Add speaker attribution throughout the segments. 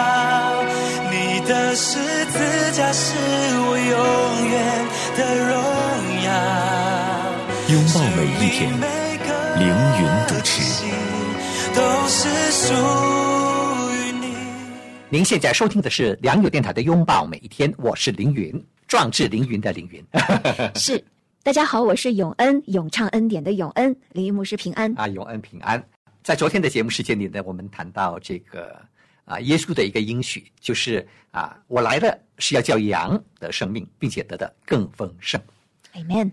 Speaker 1: 你的十字架是我永远的荣耀。
Speaker 2: 拥抱每一天，凌云主持。
Speaker 1: 都是属于你。
Speaker 3: 您现在收听的是良友电台的《拥抱每一天》，我是凌云，壮志凌云的凌云
Speaker 4: 是，大家好，我是永恩，永唱恩典的永恩，林一牧师平安。
Speaker 3: 啊，永恩平安。在昨天的节目时间里呢，我们谈到这个啊，耶稣的一个应许，就是啊，我来了是要叫羊得生命，并且得的更丰盛。
Speaker 4: Amen。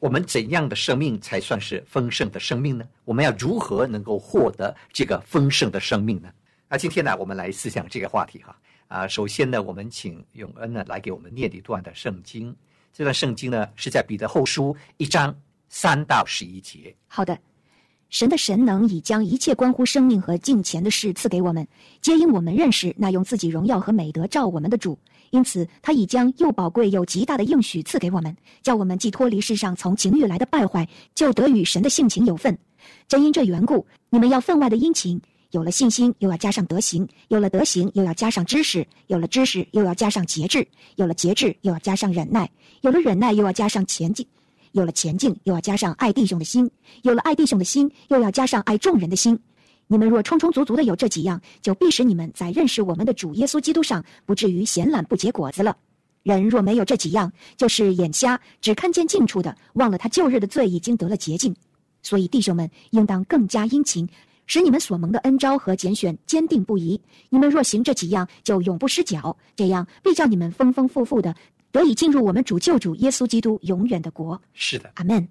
Speaker 3: 我们怎样的生命才算是丰盛的生命呢？我们要如何能够获得这个丰盛的生命呢？那今天呢，我们来思想这个话题哈。啊，首先呢，我们请永恩呢来给我们念一段的圣经。这段圣经呢是在彼得后书一章三到十一节。
Speaker 4: 好的，神的神能已将一切关乎生命和敬虔的事赐给我们，皆因我们认识那用自己荣耀和美德照我们的主。因此，他已将又宝贵又极大的应许赐给我们，叫我们既脱离世上从情欲来的败坏，就得与神的性情有份。正因这缘故，你们要分外的殷勤。有了信心，又要加上德行；有了德行，又要加上知识；有了知识，又要加上节制；有了节制，又要加上忍耐；有了忍耐，又要加上前进。有了前进，又要加上爱弟兄的心；有了爱弟兄的心，又要加上爱众人的心。你们若充充足足的有这几样，就必使你们在认识我们的主耶稣基督上，不至于闲懒不结果子了。人若没有这几样，就是眼瞎，只看见近处的，忘了他旧日的罪已经得了洁净。所以弟兄们，应当更加殷勤，使你们所蒙的恩招和拣选坚定不移。你们若行这几样，就永不失脚。这样必叫你们丰丰富富的，得以进入我们主救主耶稣基督永远的国。
Speaker 3: 是的，
Speaker 4: 阿门。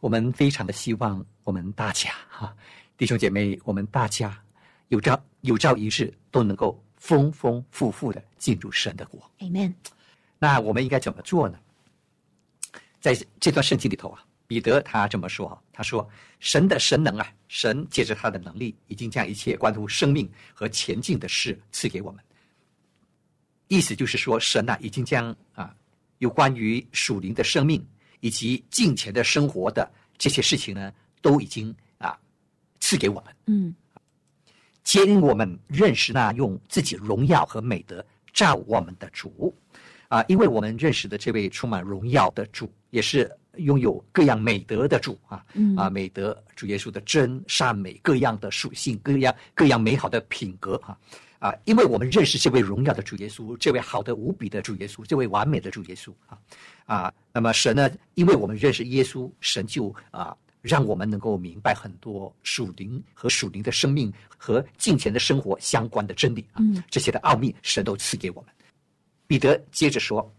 Speaker 3: 我们非常的希望我们大家哈、弟兄姐妹，我们大家有朝有朝一日都能够丰丰富富的进入神的国。
Speaker 4: Amen。
Speaker 3: 那我们应该怎么做呢？在这段圣经里头啊，彼得他这么说啊，他说：“神的神能啊，神借着他的能力，已经将一切关乎生命和前进的事赐给我们。”意思就是说，神呐、已经将啊有关于属灵的生命以及金钱的生活的这些事情呢，都已经啊赐给我们。
Speaker 4: 嗯，
Speaker 3: 皆因我们认识那用自己荣耀和美德照我们的主，啊，因为我们认识的这位充满荣耀的主，也是拥有各样美德的主啊，
Speaker 4: 嗯
Speaker 3: 啊，美德主耶稣的真善美各样的属性，各样各样美好的品格啊。啊，因为我们认识这位荣耀的主耶稣，这位好的无比的主耶稣，这位完美的主耶稣啊，啊，那么神呢？因为我们认识耶稣，神就啊，让我们能够明白很多属灵和属灵的生命和金钱的生活相关的真理啊，
Speaker 4: 嗯
Speaker 3: 这些的奥秘，神都赐给我们。彼得接着说：“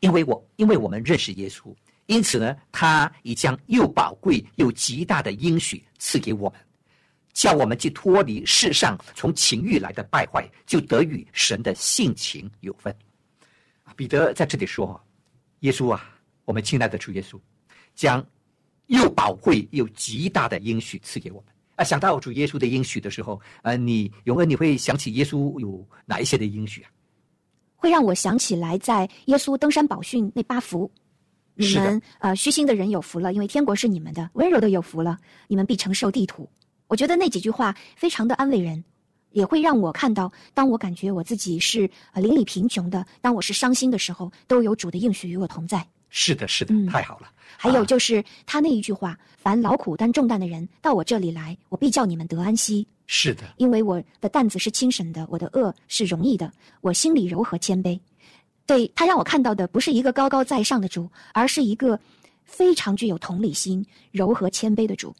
Speaker 3: 因为我因为我们认识耶稣，因此呢，他已将又宝贵又极大的应许赐给我们。”叫我们既脱离世上从情欲来的败坏，就得与神的性情有分。啊彼得在这里说啊：“耶稣啊，我们亲爱的主耶稣，将又宝贵又极大的应许赐给我们。”啊，想到主耶稣的应许的时候，呃，你永恩你会想起耶稣有哪一些的应许啊？
Speaker 4: 会让我想起来在耶稣登山宝训那八福。你
Speaker 3: 是的
Speaker 4: 们呃，虚心的人有福了，因为天国是你们的；温柔的有福了，你们必承受地土。我觉得那几句话非常的安慰人，也会让我看到，当我感觉我自己是呃邻里贫穷的，当我是伤心的时候，都有主的应许与我同在。
Speaker 3: 是的，是的，
Speaker 4: 嗯
Speaker 3: 太好了。
Speaker 4: 还有
Speaker 3: 啊
Speaker 4: 就是他那一句话：“凡劳苦担重担的人，到我这里来，我必叫你们得安息，
Speaker 3: 是的，
Speaker 4: 因为我的担子是轻省的，我的恶是容易的，我心里柔和谦卑。”对他让我看到的不是一个高高在上的主，而是一个非常具有同理心、柔和谦卑的主。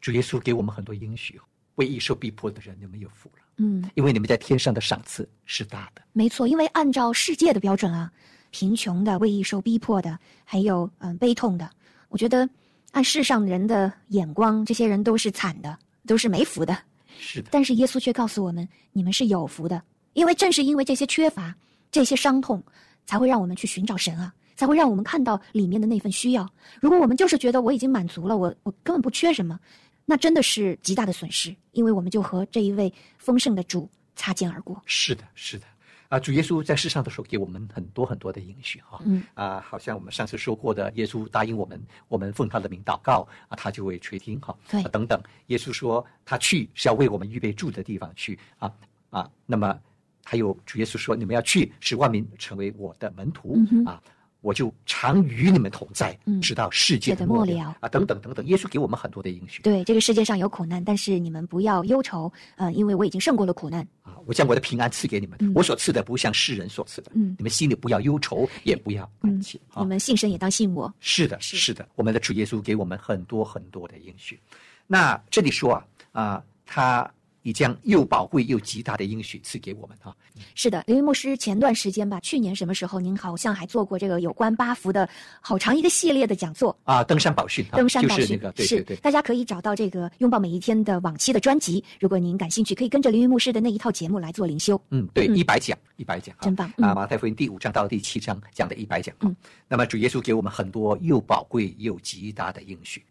Speaker 3: 主耶稣给我们很多应许，为义受逼迫的人，你们有福了，
Speaker 4: 嗯，
Speaker 3: 因为你们在天上的赏赐是大的。
Speaker 4: 没错，因为按照世界的标准啊，贫穷的、为义受逼迫的，还有嗯、悲痛的，我觉得按世上人的眼光，这些人都是惨的，都是没福的。
Speaker 3: 是的，
Speaker 4: 但是耶稣却告诉我们，你们是有福的，因为正是因为这些缺乏，这些伤痛才会让我们去寻找神啊，才会让我们看到里面的那份需要。如果我们就是觉得我已经满足了，我我根本不缺什么，那真的是极大的损失，因为我们就和这一位丰盛的主擦肩而过。
Speaker 3: 是的，是的。啊，主耶稣在世上的时候给我们很多很多的应许哈、
Speaker 4: 嗯
Speaker 3: 啊，好像我们上次说过的，耶稣答应我们，我们奉他的名祷告啊，他就会垂听哈、
Speaker 4: 对
Speaker 3: 啊等等。耶稣说他去是要为我们预备住的地方去啊啊，那么还有主耶稣说你们要去，使万民成为我的门徒、
Speaker 4: 嗯哼
Speaker 3: 啊。我就常与你们同在，
Speaker 4: 嗯
Speaker 3: 直到世界
Speaker 4: 世界的
Speaker 3: 的
Speaker 4: 末
Speaker 3: 末
Speaker 4: 了
Speaker 3: 啊！等等等等，耶稣给我们很多的应许
Speaker 4: 对，这个世界上有苦难，但是你们不要忧愁，呃，因为我已经胜过了苦难。
Speaker 3: 啊！我将我的平安赐给你们，
Speaker 4: 嗯
Speaker 3: 我所赐的不像世人所赐的，
Speaker 4: 嗯
Speaker 3: 你们心里不要忧愁，也不要
Speaker 4: 嗯
Speaker 3: 担心、啊
Speaker 4: 你。们信神也当信我。
Speaker 3: 是的，
Speaker 4: 是
Speaker 3: 是的，我们的主耶稣给我们很多很多的应许。那这里说啊啊、他已将又宝贵又极大的应许赐给我们啊。
Speaker 4: 是的，刘云牧师前段时间吧，去年什么时候您好像还做过这个有关八福的好长一个系列的讲座。
Speaker 3: 啊，登山宝训啊，
Speaker 4: 登山宝
Speaker 3: 就是那
Speaker 4: 训、
Speaker 3: 个，对对对，
Speaker 4: 大家可以找到这个《拥抱每一天》的往期的专辑。如果您感兴趣，可以跟着刘云牧师的那一套节目来做灵修。
Speaker 3: 嗯，对，
Speaker 4: 嗯
Speaker 3: 一百讲，一百讲啊，
Speaker 4: 真棒
Speaker 3: 啊！
Speaker 4: 嗯
Speaker 3: 马太福音第五章到第七章讲的一百讲啊。
Speaker 4: 嗯
Speaker 3: 那么主耶稣给我们很多又宝贵又极大的应许。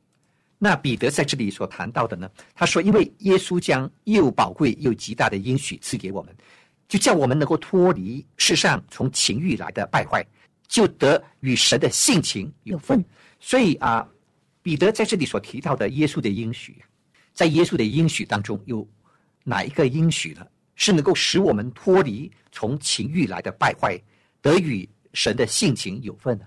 Speaker 3: 那彼得在这里所谈到的呢，他说，因为耶稣将又宝贵又极大的应许赐给我们，就叫我们能够脱离世上从情欲来的败坏，就得与神的性情有份。
Speaker 4: 有份
Speaker 3: 所以啊，彼得在这里所提到的耶稣的应许，在耶稣的应许当中，有哪一个应许呢？是能够使我们脱离从情欲来的败坏，得与神的性情有份呢？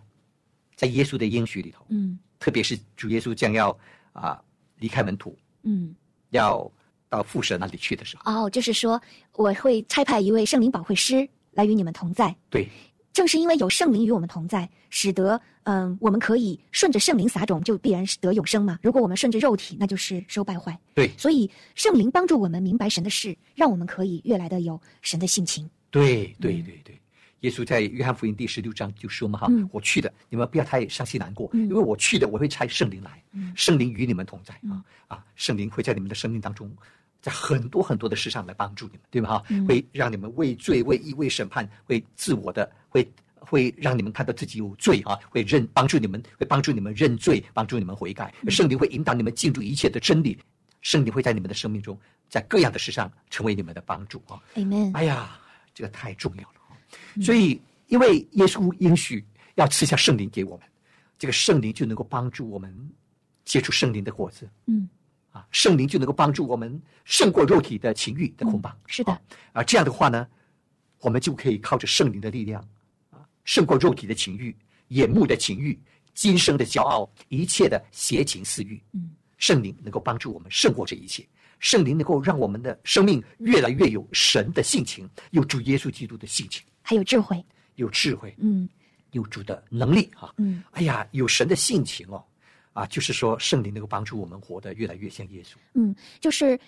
Speaker 3: 在耶稣的应许里头，
Speaker 4: 嗯
Speaker 3: 特别是主耶稣将要啊、离开门徒，
Speaker 4: 嗯，
Speaker 3: 要到父神那里去的时候，
Speaker 4: 哦，就是说我会差派一位圣灵保惠师来与你们同在。
Speaker 3: 对，
Speaker 4: 正是因为有圣灵与我们同在，使得嗯，我们可以顺着圣灵撒种，就必然是得永生嘛。如果我们顺着肉体，那就是收败坏。
Speaker 3: 对，
Speaker 4: 所以圣灵帮助我们明白神的事，让我们可以越来的有神的性情。
Speaker 3: 对对对对，耶稣在约翰福音第十六章就说嘛哈，
Speaker 4: 嗯
Speaker 3: 我去的，你们不要太伤心难过，
Speaker 4: 嗯
Speaker 3: 因为我去的，我会差圣灵来，
Speaker 4: 嗯
Speaker 3: 圣灵与你们同在啊、
Speaker 4: 嗯
Speaker 3: 啊，圣灵会在你们的生命当中。在很多很多的事上来帮助你们，对吧？哈、
Speaker 4: 嗯
Speaker 3: 会让你们为罪、为义、为审判，会自我的，会会让你们看到自己有罪啊，会认帮助你们，会帮助你们认罪，帮助你们悔改。
Speaker 4: 嗯
Speaker 3: 圣灵会引导你们进入一切的真理，圣灵会在你们的生命中，在各样的事上成为你们的帮助啊。
Speaker 4: Amen。
Speaker 3: 哎呀，这个太重要了哦。所以，因为耶稣应许要赐下圣灵给我们，这个圣灵就能够帮助我们结出圣灵的果子
Speaker 4: 嗯，
Speaker 3: 啊，圣灵就能够帮助我们胜过肉体的情欲的捆绑。
Speaker 4: 嗯是的
Speaker 3: 啊，啊，这样的话呢，我们就可以靠着圣灵的力量啊，胜过肉体的情欲、眼目的情欲、今生的骄傲、一切的邪情私欲。
Speaker 4: 嗯，
Speaker 3: 圣灵能够帮助我们胜过这一切。圣灵能够让我们的生命越来越有神的性情，有主耶稣基督的性情，
Speaker 4: 还有智慧。
Speaker 3: 有智慧，
Speaker 4: 嗯
Speaker 3: 有主的能力啊。
Speaker 4: 嗯，
Speaker 3: 哎呀，有神的性情哦，啊，就是说圣灵能够帮助我们活得越来越像耶稣。
Speaker 4: 嗯，就是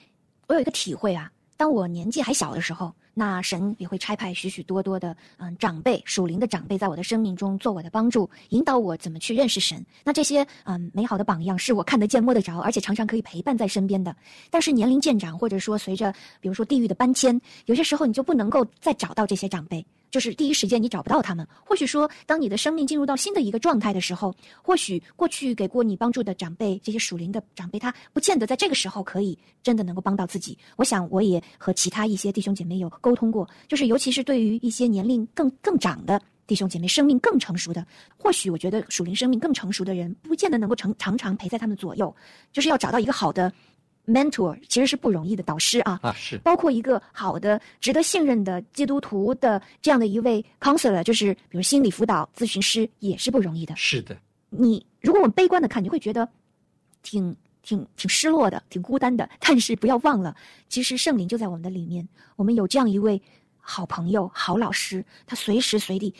Speaker 4: 我有一个体会啊，当我年纪还小的时候，那神也会差派许许多多的嗯长辈、属灵的长辈在我的生命中做我的帮助，引导我怎么去认识神。那这些嗯美好的榜样是我看得见、摸得着，而且常常可以陪伴在身边的。但是年龄渐长，或者说随着比如说地域的搬迁，有些时候你就不能够再找到这些长辈。就是第一时间你找不到他们，或许说，当你的生命进入到新的一个状态的时候，或许过去给过你帮助的长辈，这些属灵的长辈，他不见得在这个时候可以真的能够帮到自己。我想，我也和其他一些弟兄姐妹有沟通过，就是尤其是对于一些年龄更更长的弟兄姐妹，生命更成熟的，或许我觉得属灵生命更成熟的人，不见得能够常常常陪在他们左右，就是要找到一个好的 mentor，其实是不容易的导师啊。
Speaker 3: 啊，是
Speaker 4: 包括一个好的、值得信任的基督徒的这样的一位 counselor，就是比如心理辅导咨询师，也是不容易的。
Speaker 3: 是的，
Speaker 4: 你如果我们悲观的看，你会觉得挺挺挺失落的，挺孤单的。但是不要忘了，其实圣灵就在我们的里面，我们有这样一位好朋友、好老师，他随时随地，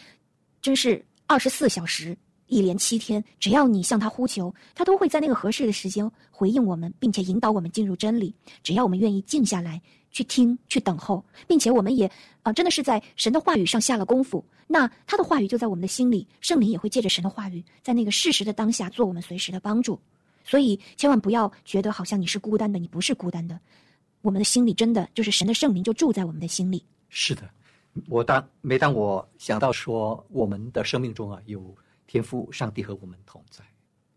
Speaker 4: 真是二十四小时。一连七天，只要你向他呼求，他都会在那个合适的时间回应我们，并且引导我们进入真理。只要我们愿意静下来去听、去等候，并且我们也啊、呃真的是在神的话语上下了功夫。那他的话语就在我们的心里，圣灵也会借着神的话语，在那个事实的当下做我们随时的帮助。所以千万不要觉得好像你是孤单的，你不是孤单的。我们的心里真的就是神的圣灵就住在我们的心里。
Speaker 3: 是的，我当每当我想到说我们的生命中啊有天赋上帝和我们同在，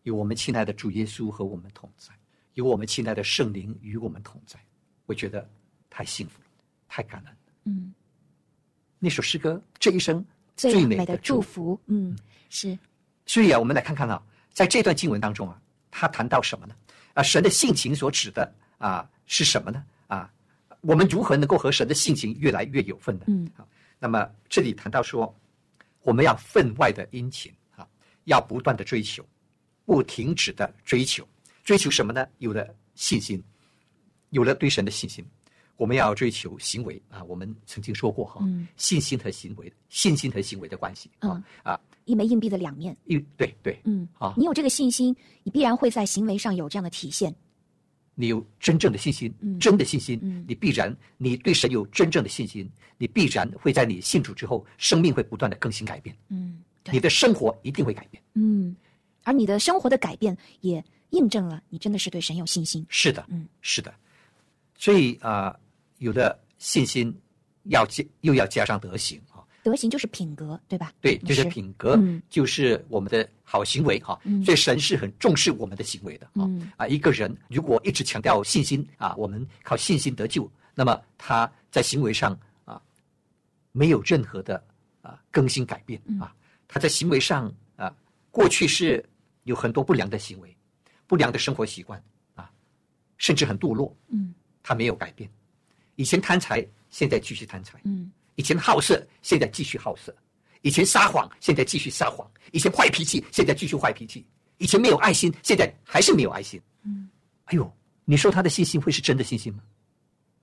Speaker 3: 有我们亲爱的主耶稣和我们同在，有我们亲爱的圣灵与我们同在，我觉得太幸福了，太感恩了。
Speaker 4: 嗯，
Speaker 3: 那首诗歌这一生
Speaker 4: 最
Speaker 3: 美
Speaker 4: 美
Speaker 3: 的
Speaker 4: 的
Speaker 3: 祝
Speaker 4: 祝
Speaker 3: 福。
Speaker 4: 福，嗯，是，
Speaker 3: 所以啊，我们来看看啊，在这段经文当中啊，他谈到什么呢？啊，神的性情所指的啊是什么呢？啊，我们如何能够和神的性情越来越有份呢？
Speaker 4: 嗯
Speaker 3: 好，那么这里谈到说，我们要分外的殷勤啊，要不断的追求，不停止的追求，追求什么呢？有了信心，有了对神的信心。我们要追求行为啊，我们曾经说过哈、
Speaker 4: 嗯
Speaker 3: 信心和行为，信心和行为的关系啊、
Speaker 4: 嗯
Speaker 3: 啊，
Speaker 4: 一枚硬币的两面，
Speaker 3: 一对对，
Speaker 4: 嗯，
Speaker 3: 啊
Speaker 4: 你有这个信心，你必然会在行为上有这样的体现，
Speaker 3: 你有真正的信心，
Speaker 4: 嗯
Speaker 3: 真的信心，
Speaker 4: 嗯
Speaker 3: 你必然你对神有真正的信心，你必然会在你信主之后，生命会不断的更新改变，
Speaker 4: 嗯，
Speaker 3: 你
Speaker 4: 对，
Speaker 3: 的生活一定会改变。
Speaker 4: 嗯，而你的生活的改变也印证了你真的是对神有信心，
Speaker 3: 是的，
Speaker 4: 嗯，
Speaker 3: 是的。所以啊、呃有了信心要加又要加上德行啊，
Speaker 4: 德行就是品格，对吧？
Speaker 3: 对，就是
Speaker 4: 是，
Speaker 3: 品格，
Speaker 4: 嗯
Speaker 3: 就是我们的好行为哈、
Speaker 4: 嗯
Speaker 3: 所以神是很重视我们的行为的啊、
Speaker 4: 嗯
Speaker 3: 啊，一个人如果一直强调信心啊，我们靠信心得救，那么他在行为上啊没有任何的啊更新改变
Speaker 4: 嗯
Speaker 3: 啊，他在行为上啊过去是有很多不良的行为、不良的生活习惯啊，甚至很堕落，
Speaker 4: 嗯
Speaker 3: 他没有改变。以前贪财，现在继续贪财。
Speaker 4: 嗯
Speaker 3: 以前好色，现在继续好色；以前撒谎，现在继续撒谎；以前坏脾气，现在继续坏脾气；以前没有爱心，现在还是没有爱心。
Speaker 4: 嗯，
Speaker 3: 哎呦，你说他的信心会是真的信心吗？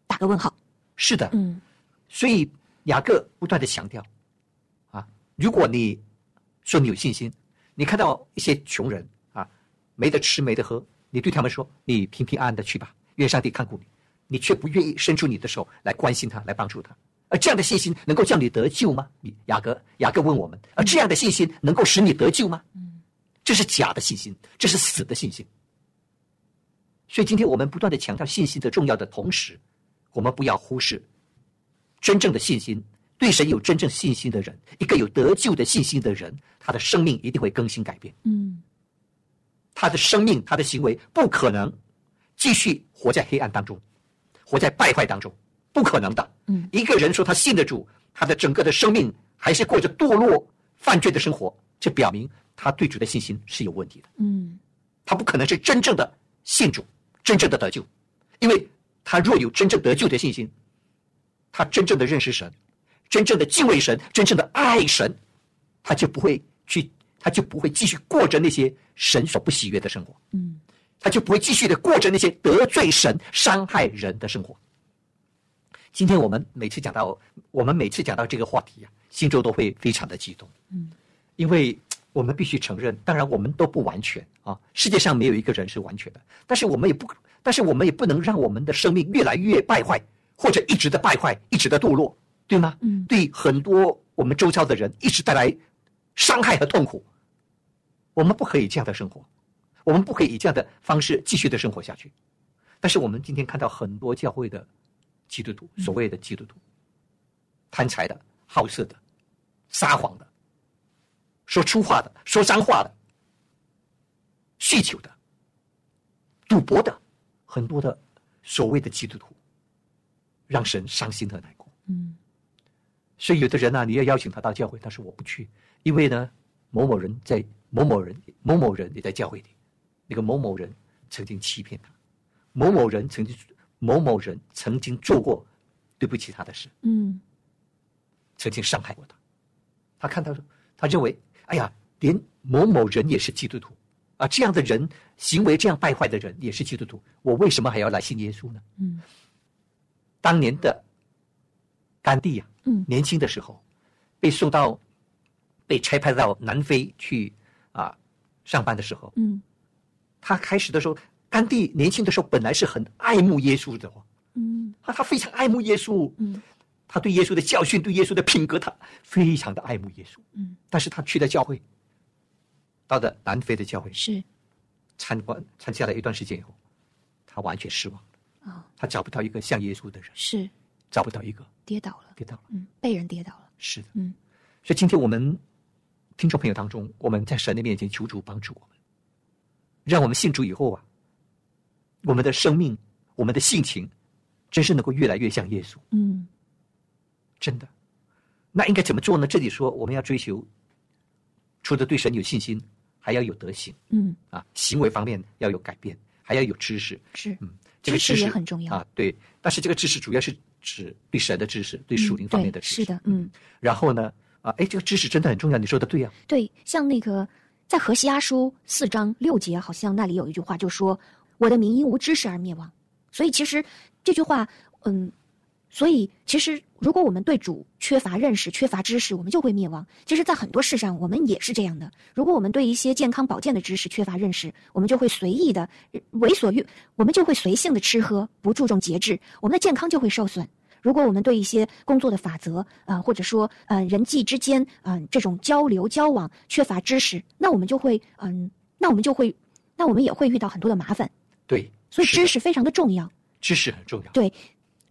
Speaker 4: 打个问号，
Speaker 3: 是的，
Speaker 4: 嗯
Speaker 3: 所以雅各不断的强调，啊，如果你说你有信心，你看到一些穷人啊，没得吃没得喝，你对他们说你平平安安的去吧，愿上帝看顾你，你却不愿意伸出你的手来关心他，来帮助他。而这样的信心能够叫你得救吗？你雅各雅各问我们，而这样的信心能够使你得救吗？这是假的信心，这是死的信心。所以今天我们不断的强调信心的重要的同时，我们不要忽视真正的信心。对神有真正信心的人，一个有得救的信心的人，他的生命一定会更新改变，
Speaker 4: 嗯
Speaker 3: 他的生命、他的行为不可能继续活在黑暗当中，活在败坏当中，不可能的。
Speaker 4: 嗯，
Speaker 3: 一个人说他信得主，他的整个的生命还是过着堕落、犯罪的生活，这表明他对主的信心是有问题的。
Speaker 4: 嗯
Speaker 3: 他不可能是真正的信主，真正的得救，因为他若有真正得救的信心，他真正的认识神，真正的敬畏神，真正的爱神，他就不会去，他就不会继续过着那些神所不喜悦的生活，
Speaker 4: 嗯
Speaker 3: 他就不会继续的过着那些得罪神、伤害人的生活。今天我们每次讲到，我们每次讲到这个话题啊，心中都会非常的激动。
Speaker 4: 嗯，
Speaker 3: 因为我们必须承认，当然我们都不完全啊，世界上没有一个人是完全的，但是我们也不，但是我们也不能让我们的生命越来越败坏，或者一直的败坏，一直的堕落，对吗？
Speaker 4: 嗯
Speaker 3: 对很多我们周遭的人一直带来伤害和痛苦，我们不可以这样的生活，我们不可以以这样的方式继续的生活下去。但是我们今天看到很多教会的基督徒，所谓的基督徒，贪财的、好色的、撒谎的、说粗话的、说脏话的、酗酒的、赌博的，很多的所谓的基督徒，让神伤心和难过。
Speaker 4: 嗯
Speaker 3: 所以有的人呢、啊你要邀请他到教会，他说我不去，因为呢，某某人在某某人某某人也在教会里，那个某某人曾经欺骗他，某某人曾经某某人曾经做过对不起他的事，
Speaker 4: 嗯
Speaker 3: 曾经伤害过他。他看到，他认为，哎呀，连某某人也是基督徒啊，这样的人行为这样败坏的人也是基督徒，我为什么还要来信耶稣呢？
Speaker 4: 嗯
Speaker 3: 当年的甘地呀、
Speaker 4: 嗯
Speaker 3: 年轻的时候被送到被差派到南非去啊上班的时候，
Speaker 4: 嗯
Speaker 3: 他开始的时候，甘地年轻的时候本来是很爱慕耶稣的哦，
Speaker 4: 嗯
Speaker 3: 他他非常爱慕耶稣，
Speaker 4: 嗯
Speaker 3: 他对耶稣的教训、对耶稣的品格，他非常的爱慕耶稣。
Speaker 4: 嗯，
Speaker 3: 但是他去了教会，到了南非的教会
Speaker 4: 是
Speaker 3: 参观参加了一段时间以后，他完全失望了
Speaker 4: 哦
Speaker 3: 他找不到一个像耶稣的人。
Speaker 4: 是
Speaker 3: 找不到一个，
Speaker 4: 跌倒了，
Speaker 3: 跌倒了。
Speaker 4: 嗯，被人跌倒了，
Speaker 3: 是的，
Speaker 4: 嗯，
Speaker 3: 所以今天我们听众朋友当中，我们在神的面前求主帮助我们，让我们信主以后啊，我们的生命、我们的性情，真是能够越来越像耶稣，
Speaker 4: 嗯
Speaker 3: 真的。那应该怎么做呢？这里说我们要追求，除了对神有信心，还要有德行
Speaker 4: 嗯，
Speaker 3: 啊，行为方面要有改变，还要有知识。
Speaker 4: 是，
Speaker 3: 嗯，这个
Speaker 4: 知
Speaker 3: 知
Speaker 4: 识
Speaker 3: 识
Speaker 4: 也很重要
Speaker 3: 啊。对，但是这个知识主要是指对神的知识，对属灵
Speaker 4: 嗯
Speaker 3: 方面
Speaker 4: 对
Speaker 3: 的知识。
Speaker 4: 是的，嗯，
Speaker 3: 然后呢，啊，哎，这个知识真的很重要，你说的对啊呀、
Speaker 4: 对，像那个在何西阿书四章六节，好像那里有一句话就说：“我的民因无知识而灭亡。”所以其实这句话，嗯，所以其实如果我们对主缺乏认识、缺乏知识，我们就会灭亡。其实，在很多事上，我们也是这样的。如果我们对一些健康保健的知识缺乏认识，我们就会随意的、为所欲，我们就会随性的吃喝，不注重节制，我们的健康就会受损。如果我们对一些工作的法则啊、呃或者说呃人际之间嗯、呃这种交流交往缺乏知识，那我们就会嗯、那我们就会，那我们也会遇到很多的麻烦。
Speaker 3: 对，
Speaker 4: 所以
Speaker 3: 是的
Speaker 4: 知识非常的重要。
Speaker 3: 知识很重要。
Speaker 4: 对，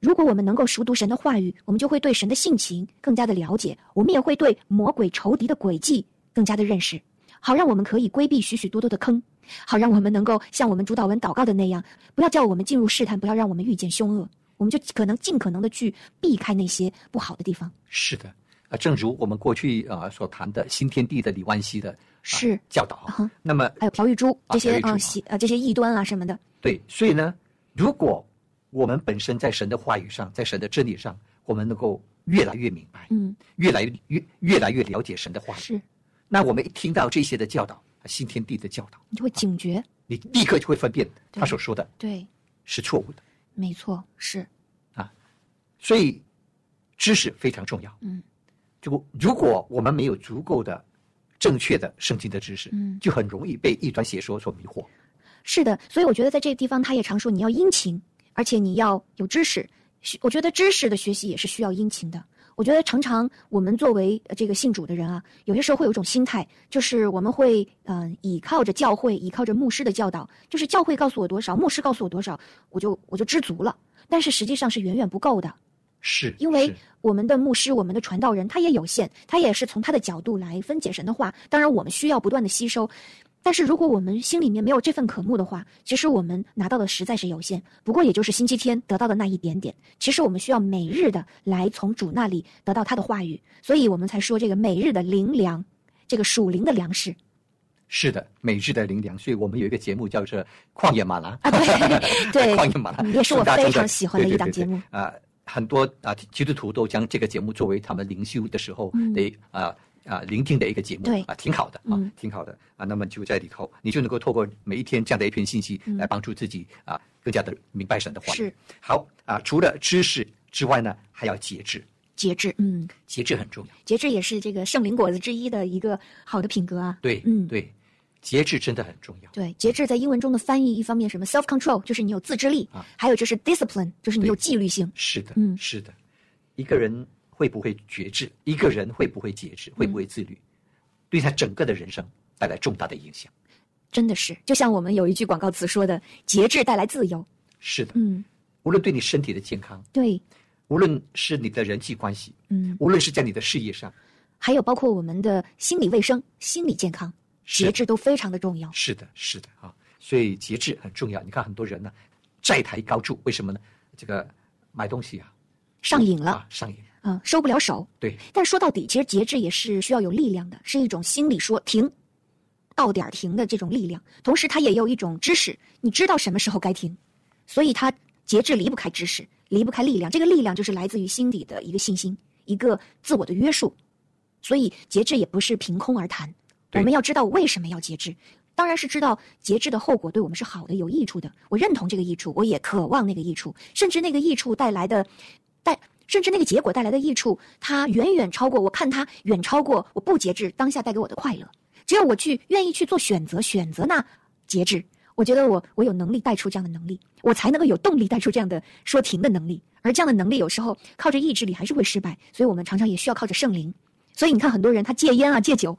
Speaker 4: 如果我们能够熟读神的话语，我们就会对神的性情更加的了解，我们也会对魔鬼仇敌的诡计更加的认识，好让我们可以规避许许多多的坑，好让我们能够像我们主导文祷告的那样，不要叫我们进入试探，不要让我们遇见凶恶，我们就可能尽可能的去避开那些不好的地方。
Speaker 3: 是的，啊，正如我们过去啊所谈的新天地的李万熙的、啊
Speaker 4: 是
Speaker 3: 教导
Speaker 4: 啊
Speaker 3: 啊，
Speaker 4: 哈
Speaker 3: 那么
Speaker 4: 还有朴玉珠
Speaker 3: 啊
Speaker 4: 这些
Speaker 3: 朴玉珠
Speaker 4: 嗯
Speaker 3: 啊
Speaker 4: 邪呃这些异端啊什么的，
Speaker 3: 对，所以呢，如果我们本身在神的话语上，在神的真理上，我们能够越来越明白，
Speaker 4: 嗯，
Speaker 3: 越来越越越来越了解神的话语，
Speaker 4: 是
Speaker 3: 那我们一听到这些的教导，啊新天地的教导，
Speaker 4: 你就会警觉，
Speaker 3: 你立刻就会分辨
Speaker 4: 对
Speaker 3: 他所说的
Speaker 4: 对，
Speaker 3: 是错误的。
Speaker 4: 没错，是
Speaker 3: 所以，知识非常重要。
Speaker 4: 嗯，
Speaker 3: 就如果我们没有足够的正确的圣经的知识，
Speaker 4: 嗯
Speaker 3: 就很容易被异端邪说所迷惑。
Speaker 4: 是的，所以我觉得在这个地方，他也常说你要殷勤，而且你要有知识。学我觉得知识的学习也是需要殷勤的。我觉得常常我们作为呃这个信主的人啊，有些时候会有一种心态，就是我们会嗯、呃倚靠着教会，倚靠着牧师的教导，就是教会告诉我多少，牧师告诉我多少，我就我就知足了。但是实际上是远远不够的。
Speaker 3: 是，
Speaker 4: 因为
Speaker 3: 是
Speaker 4: 我们的牧师、我们的传道人，他也有限，他也是从他的角度来分解神的话。当然，我们需要不断的吸收，但是如果我们心里面没有这份渴慕的话，其实我们拿到的实在是有限。不过，也就是星期天得到的那一点点。其实我们需要每日的来从主那里得到他的话语，所以我们才说这个每日的灵粮，这个属灵的粮食
Speaker 3: 是的，每日的灵粮。所以我们有一个节目叫做《旷野马拉》
Speaker 4: 啊，对 对，
Speaker 3: 旷野马拉
Speaker 4: 嗯也是我
Speaker 3: 大众
Speaker 4: 非常喜欢的
Speaker 3: 对
Speaker 4: 一
Speaker 3: 对
Speaker 4: 档
Speaker 3: 对
Speaker 4: 节
Speaker 3: 对
Speaker 4: 目。
Speaker 3: 啊、很多啊、基督徒都将这个节目作为他们灵修的时候
Speaker 4: 嗯
Speaker 3: 的啊。啊，聆听的一个节目，
Speaker 4: 对
Speaker 3: 啊、挺好的啊，
Speaker 4: 嗯
Speaker 3: 挺好的啊。那么就在里头，你就能够透过每一天这样的一篇信息，
Speaker 4: 嗯
Speaker 3: 来帮助自己啊，更加的明白神的话语。
Speaker 4: 是
Speaker 3: 好啊，除了知识之外呢，还要节制，
Speaker 4: 节制，嗯，
Speaker 3: 节制很重要。
Speaker 4: 节制也是这个圣灵果子之一的一个好的品格啊。
Speaker 3: 对，
Speaker 4: 嗯
Speaker 3: 对，节制真的很重要。
Speaker 4: 对，节制在英文中的翻译，一方面什么 self control 就是你有自制力，
Speaker 3: 啊
Speaker 4: 还有就是 discipline 就是你有纪律性。
Speaker 3: 是的，
Speaker 4: 嗯
Speaker 3: 是的，一个人会不会觉知，一个人会不会节制，会不
Speaker 4: 嗯
Speaker 3: 会自律，对他整个的人生带来重大的影响。
Speaker 4: 真的是，就像我们有一句广告词说的，节制带来自由。
Speaker 3: 是的，
Speaker 4: 嗯，
Speaker 3: 无论对你身体的健康，
Speaker 4: 对，
Speaker 3: 无论是你的人际关系，
Speaker 4: 嗯，
Speaker 3: 无论是在你的事业上，
Speaker 4: 还有包括我们的心理卫生、心理健康，
Speaker 3: 是
Speaker 4: 节制都非常的重要。
Speaker 3: 是的，是的啊，所以节制很重要。你看很多人呢、债台高筑，为什么呢？这个买东西啊，
Speaker 4: 上瘾了，
Speaker 3: 啊上瘾，
Speaker 4: 嗯、收不了手。
Speaker 3: 对，
Speaker 4: 但说到底，其实节制也是需要有力量的，是一种心理说停，到点儿停的这种力量。同时，它也有一种知识，你知道什么时候该停，所以它节制离不开知识，离不开力量。这个力量就是来自于心底的一个信心，一个自我的约束。所以，节制也不是凭空而谈，我
Speaker 3: 对
Speaker 4: 们要知道为什么要节制。当然是知道节制的后果对我们是好的、有益处的。我认同这个益处，我也渴望那个益处，甚至那个益处带来的带，甚至那个结果带来的益处，它远远超过我看它远超过我不节制当下带给我的快乐。只要我去愿意去做选择，选择那节制，我觉得我我有能力带出这样的能力，我才能够有动力带出这样的说停的能力。而这样的能力有时候靠着意志力还是会失败，所以我们常常也需要靠着圣灵。所以你看，很多人他戒烟啊、戒酒，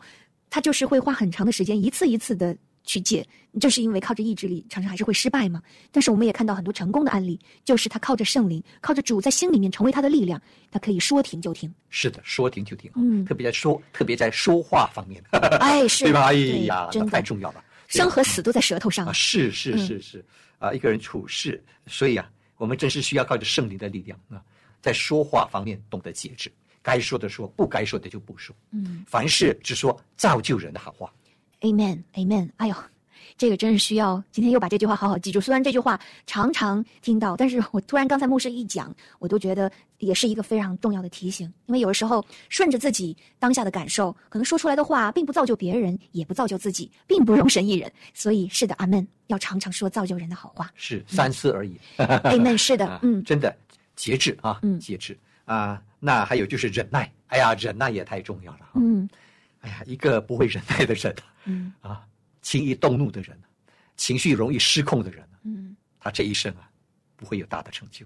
Speaker 4: 他就是会花很长的时间，一次一次的去戒，就是因为靠着意志力，常常还是会失败嘛。但是我们也看到很多成功的案例，就是他靠着圣灵，靠着主在心里面成为他的力量，他可以说停就停。
Speaker 3: 是的，说停就停啊，
Speaker 4: 嗯
Speaker 3: 特别在说，特别在说话方面，
Speaker 4: 哎，是
Speaker 3: 对吧？哎
Speaker 4: 对
Speaker 3: 呀，
Speaker 4: 真
Speaker 3: 那太
Speaker 4: 的，
Speaker 3: 重要了，对吧
Speaker 4: 生和死都在舌头上
Speaker 3: 啊，
Speaker 4: 啊。
Speaker 3: 是是是是啊，一个人处事，所以啊，我们真是需要靠着圣灵的力量啊，在说话方面懂得节制，该说的说，不该说的就不说，
Speaker 4: 嗯
Speaker 3: 凡事只说造就人的好话。
Speaker 4: ，Amen，Amen。哎呦，这个真是需要今天又把这句话好好记住。虽然这句话常常听到，但是我突然刚才牧师一讲，我都觉得也是一个非常重要的提醒，因为有的时候顺着自己当下的感受，可能说出来的话并不造就别人，也不造就自己，并不容神一人。所以是的，阿门，要常常说造就人的好话。
Speaker 3: 是三思而已。
Speaker 4: Amen，是的
Speaker 3: 啊，，
Speaker 4: 嗯，
Speaker 3: 真的节制啊，
Speaker 4: 嗯
Speaker 3: 节制啊。那还有就是忍耐，哎呀，忍耐也太重要了啊。
Speaker 4: 嗯
Speaker 3: 哎呀，一个不会忍耐的人
Speaker 4: 嗯
Speaker 3: 啊，轻易动怒的人，情绪容易失控的人，
Speaker 4: 嗯，
Speaker 3: 他这一生啊，不会有大的成就，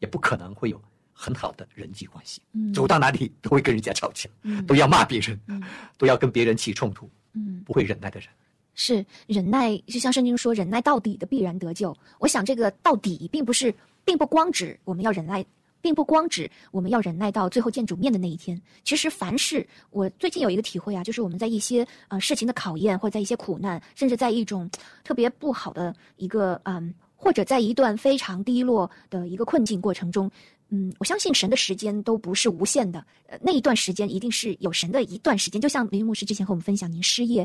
Speaker 3: 也不可能会有很好的人际关系。
Speaker 4: 嗯
Speaker 3: 走到哪里都会跟人家吵架，
Speaker 4: 嗯
Speaker 3: 都要骂别人，
Speaker 4: 嗯
Speaker 3: 都要跟别人起冲突，
Speaker 4: 嗯。
Speaker 3: 不会忍耐的人。
Speaker 4: 是忍耐，就像圣经说，忍耐到底的必然得救。我想这个到底并不是，并不光指我们要忍耐，并不光指我们要忍耐到最后见主面的那一天。其实凡事，我最近有一个体会啊，就是我们在一些呃事情的考验，或者在一些苦难，甚至在一种特别不好的一个嗯，或者在一段非常低落的一个困境过程中。嗯，我相信神的时间都不是无限的，呃，那一段时间一定是有神的一段时间。就像林牧师之前和我们分享，您失业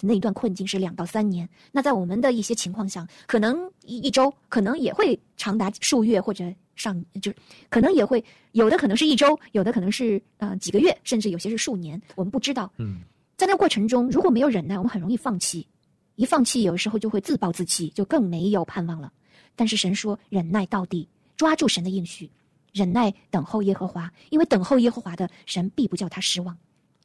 Speaker 4: 那一段困境是两到三年。那在我们的一些情况下，可能一一周，可能也会长达数月或者上，就是可能也会有的可能是一周，有的可能是呃几个月，甚至有些是数年，我们不知道。
Speaker 3: 嗯，
Speaker 4: 在那过程中，如果没有忍耐，我们很容易放弃，一放弃，有时候就会自暴自弃，就更没有盼望了。但是神说，忍耐到底，抓住神的应许，忍耐等候耶和华，因为等候耶和华的神必不叫他失望。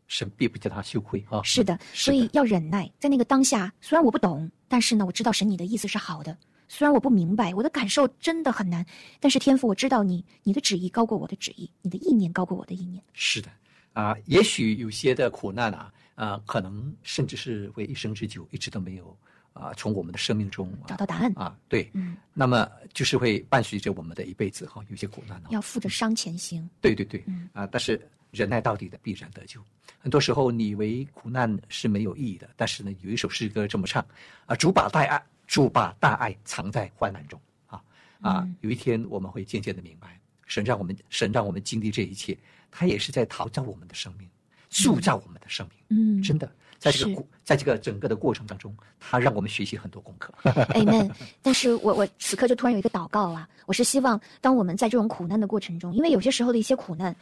Speaker 3: 神必不叫他羞愧啊。
Speaker 4: 是的，
Speaker 3: 是
Speaker 4: 所
Speaker 3: 的
Speaker 4: 以要忍耐，在那个当下，虽然我不懂，但是呢，我知道神你的意思是好的。虽然我不明白，我的感受真的很难，但是天父，我知道你，你的旨意高过我的旨意，你的意念高过我的意念。
Speaker 3: 是的，啊、也许有些的苦难啊，啊、可能甚至是为一生之久，一直都没有啊、从我们的生命中、啊、
Speaker 4: 找到答案
Speaker 3: 啊，对，
Speaker 4: 嗯，
Speaker 3: 那么就是会伴随着我们的一辈子哈、有些苦难啊，
Speaker 4: 要负着伤前行。
Speaker 3: 对对对，
Speaker 4: 嗯
Speaker 3: 啊，但是忍耐到底的必然得救。很多时候，你以为苦难是没有意义的，但是呢，有一首诗歌这么唱啊：“主把大爱，主把大爱藏在患难中。”啊啊
Speaker 4: 嗯，
Speaker 3: 有一天我们会渐渐的明白，神让我们神让我们经历这一切，他也是在陶造我们的生命，塑造我们的生命。
Speaker 4: 嗯，
Speaker 3: 真的，在这个
Speaker 4: 是
Speaker 3: 过在这个整个的过程当中，他让我们学习很多功课。
Speaker 4: Amen。但哎是我我此刻就突然有一个祷告啊，我是希望当我们在这种苦难的过程中，因为有些时候的一些苦难，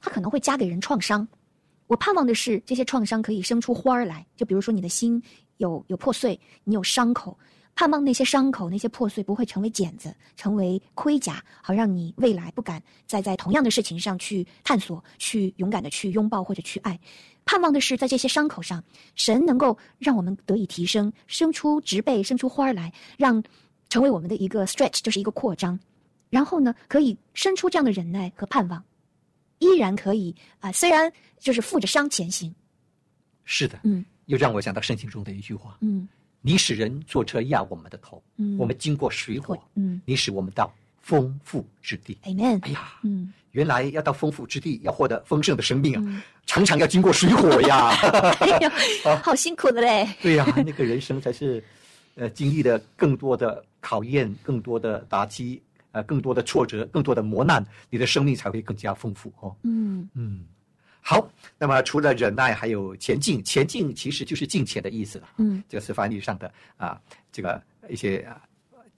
Speaker 4: 它可能会加给人创伤。我盼望的是这些创伤可以生出花儿来，就比如说你的心有有破碎，你有伤口，盼望那些伤口、那些破碎不会成为剪子，成为盔甲，好让你未来不敢再在同样的事情上去探索，去勇敢的去拥抱或者去爱。盼望的是，在这些伤口上，神能够让我们得以提升，生出植被，生出花儿来，让成为我们的一个 stretch，就是一个扩张。然后呢，可以生出这样的忍耐和盼望，依然可以啊、虽然就是负着伤前行。
Speaker 3: 是的，
Speaker 4: 嗯
Speaker 3: 又让我想到圣经中的一句话
Speaker 4: 嗯：“
Speaker 3: 你使人坐车压我们的头，
Speaker 4: 嗯，
Speaker 3: 我们经过水火
Speaker 4: 会。”嗯
Speaker 3: 你使我们到丰富之地。
Speaker 4: ，Amen
Speaker 3: 哎。呀，
Speaker 4: 嗯，
Speaker 3: 原来要到丰富之地，要获得丰盛的生命啊，
Speaker 4: 嗯
Speaker 3: 常常要经过水火 呀。
Speaker 4: 哎呀，好辛苦的嘞。
Speaker 3: 对呀、那个人生才是，呃，经历了更多的考验，更多的打击，呃，更多的挫折，更多的磨难，你的生命才会更加丰富哦。
Speaker 4: 嗯
Speaker 3: 嗯，好，那么除了忍耐，还有前进。前进其实就是进前的意思了。
Speaker 4: 嗯
Speaker 3: 这个是翻译上的啊，这个一些啊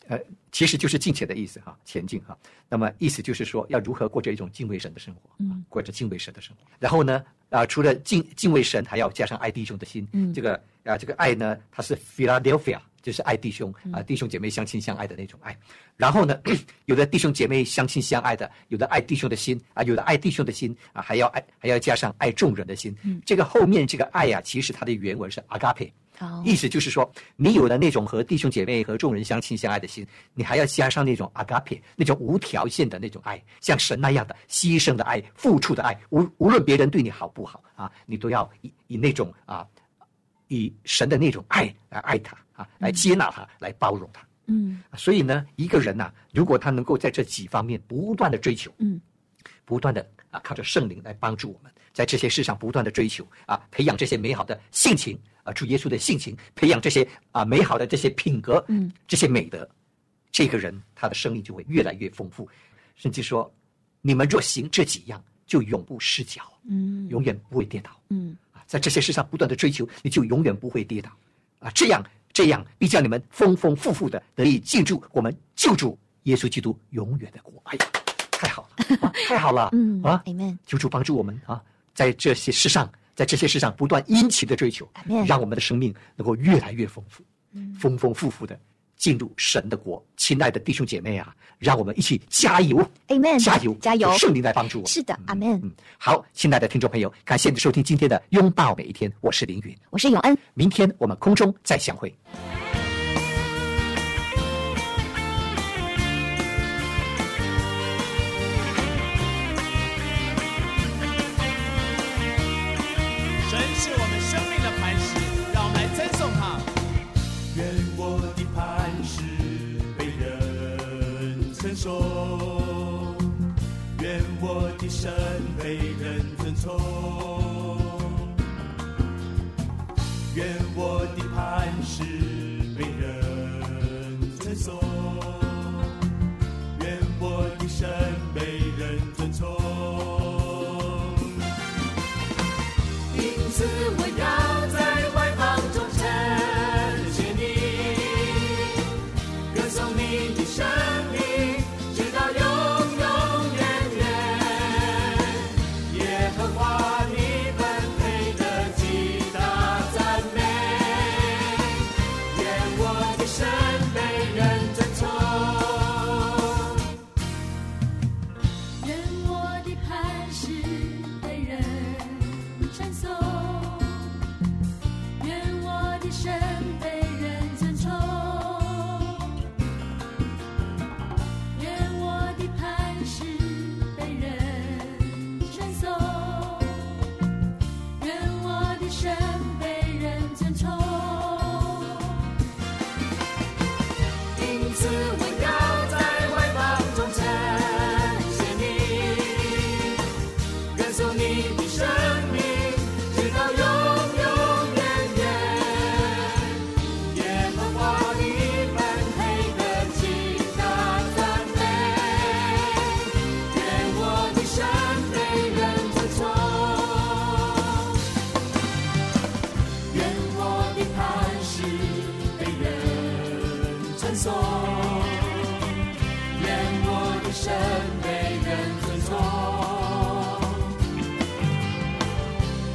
Speaker 3: 呃，其实就是进前的意思哈、前进哈、那么意思就是说，要如何过着一种敬畏神的生活，啊
Speaker 4: 嗯
Speaker 3: 过着敬畏神的生活。然后呢，啊、除了敬敬畏神，还要加上爱弟兄的心。
Speaker 4: 嗯
Speaker 3: 这个啊、这个爱呢，它是 Philadelphia，就是爱弟兄
Speaker 4: 嗯
Speaker 3: 啊、弟兄姐妹相亲相爱的那种爱。然后呢，有的弟兄姐妹相亲相爱的，有的爱弟兄的心啊，有的爱弟兄的心啊，还要爱还要加上爱众人的心。
Speaker 4: 嗯
Speaker 3: 这个后面这个爱呀、其实它的原文是 agape，
Speaker 4: 哦，
Speaker 3: 意思就是说，你有了那种和弟兄姐妹和众人相亲相爱的心，你还要加上那种 agape，那种无条件的那种爱，像神那样的牺牲的爱、付出的爱，无无论别人对你好不好啊，你都要以以那种啊以神的那种爱来爱他啊，来接纳他，来包容他。
Speaker 4: 嗯
Speaker 3: 所以呢，一个人呐、如果他能够在这几方面不断的追求，
Speaker 4: 嗯
Speaker 3: 不断的啊，靠着圣灵来帮助我们，在这些事上不断的追求啊，培养这些美好的性情啊，主耶稣的性情，培养这些啊美好的这些品格，
Speaker 4: 嗯，
Speaker 3: 这些美德，这个人他的生命就会越来越丰富，甚至说，你们若行这几样，就永不失脚，
Speaker 4: 嗯
Speaker 3: 永远不会跌倒。
Speaker 4: 嗯
Speaker 3: 啊，在这些事上不断的追求，你就永远不会跌倒啊！这样这样，必叫你们丰丰富富的得以进入我们救主耶稣基督永远的国。哎呀，太好了，啊、太好了，
Speaker 4: 嗯
Speaker 3: 啊！
Speaker 4: ，Amen，
Speaker 3: 求主帮助我们啊，在这些事上，在这些事上不断殷勤的追求
Speaker 4: Amen，嗯
Speaker 3: 让我们的生命能够越来越丰富，丰丰富富的进入神的国。亲爱的弟兄姐妹啊，让我们一起加油
Speaker 4: Amen，
Speaker 3: 加油，
Speaker 4: 加油
Speaker 3: 有圣灵来帮助我们。
Speaker 4: 是的，Amen，
Speaker 3: 嗯，好，亲爱的听众朋友，感谢你收听今天的《拥抱每一天》，我是凌云，
Speaker 4: 我是永恩。
Speaker 3: 明天我们空中再相会。
Speaker 5: 神是我们生命的磐石，让我们来称颂他。
Speaker 1: 愿我的磐石被人称颂，愿我的神被人尊崇，愿我的磐石被人称颂，愿我的神被人尊崇。
Speaker 6: 因此我要在外邦中称谢你，歌颂你的生命，直到永永远远。耶和华你分配的极大赞美，愿我的神被人尊崇。
Speaker 7: 愿我的磐石被人称颂，愿我的神被人尊崇，愿我的磐石被人称颂，愿我的神被人尊崇。
Speaker 6: 因此，我要在外邦中称谢你，歌颂你的生命，直到永永远远。耶和华你分配的极大赞美，愿我的神被人尊崇。愿我的磐石被人称颂，愿我的神被人尊崇，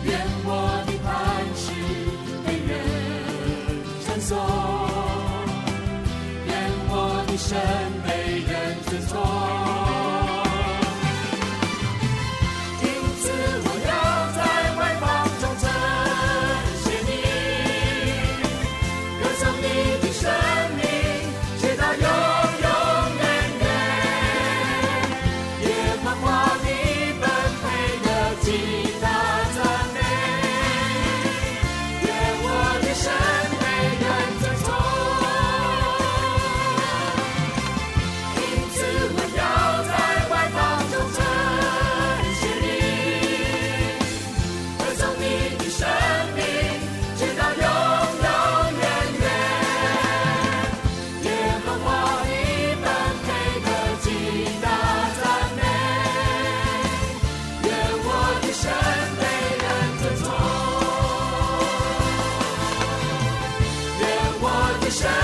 Speaker 6: 愿我的磐石被人称颂，愿我的神被人尊崇。因此，我要在外邦中称谢你，歌颂你的生命，直到永永远远。耶和华你分配的极大赞美，愿我的神被人尊崇。因此，我要在外邦中称谢你，歌颂你的生命，直到永永远远。耶和华你分配的极大赞美，愿我的神被人尊崇，愿我的神。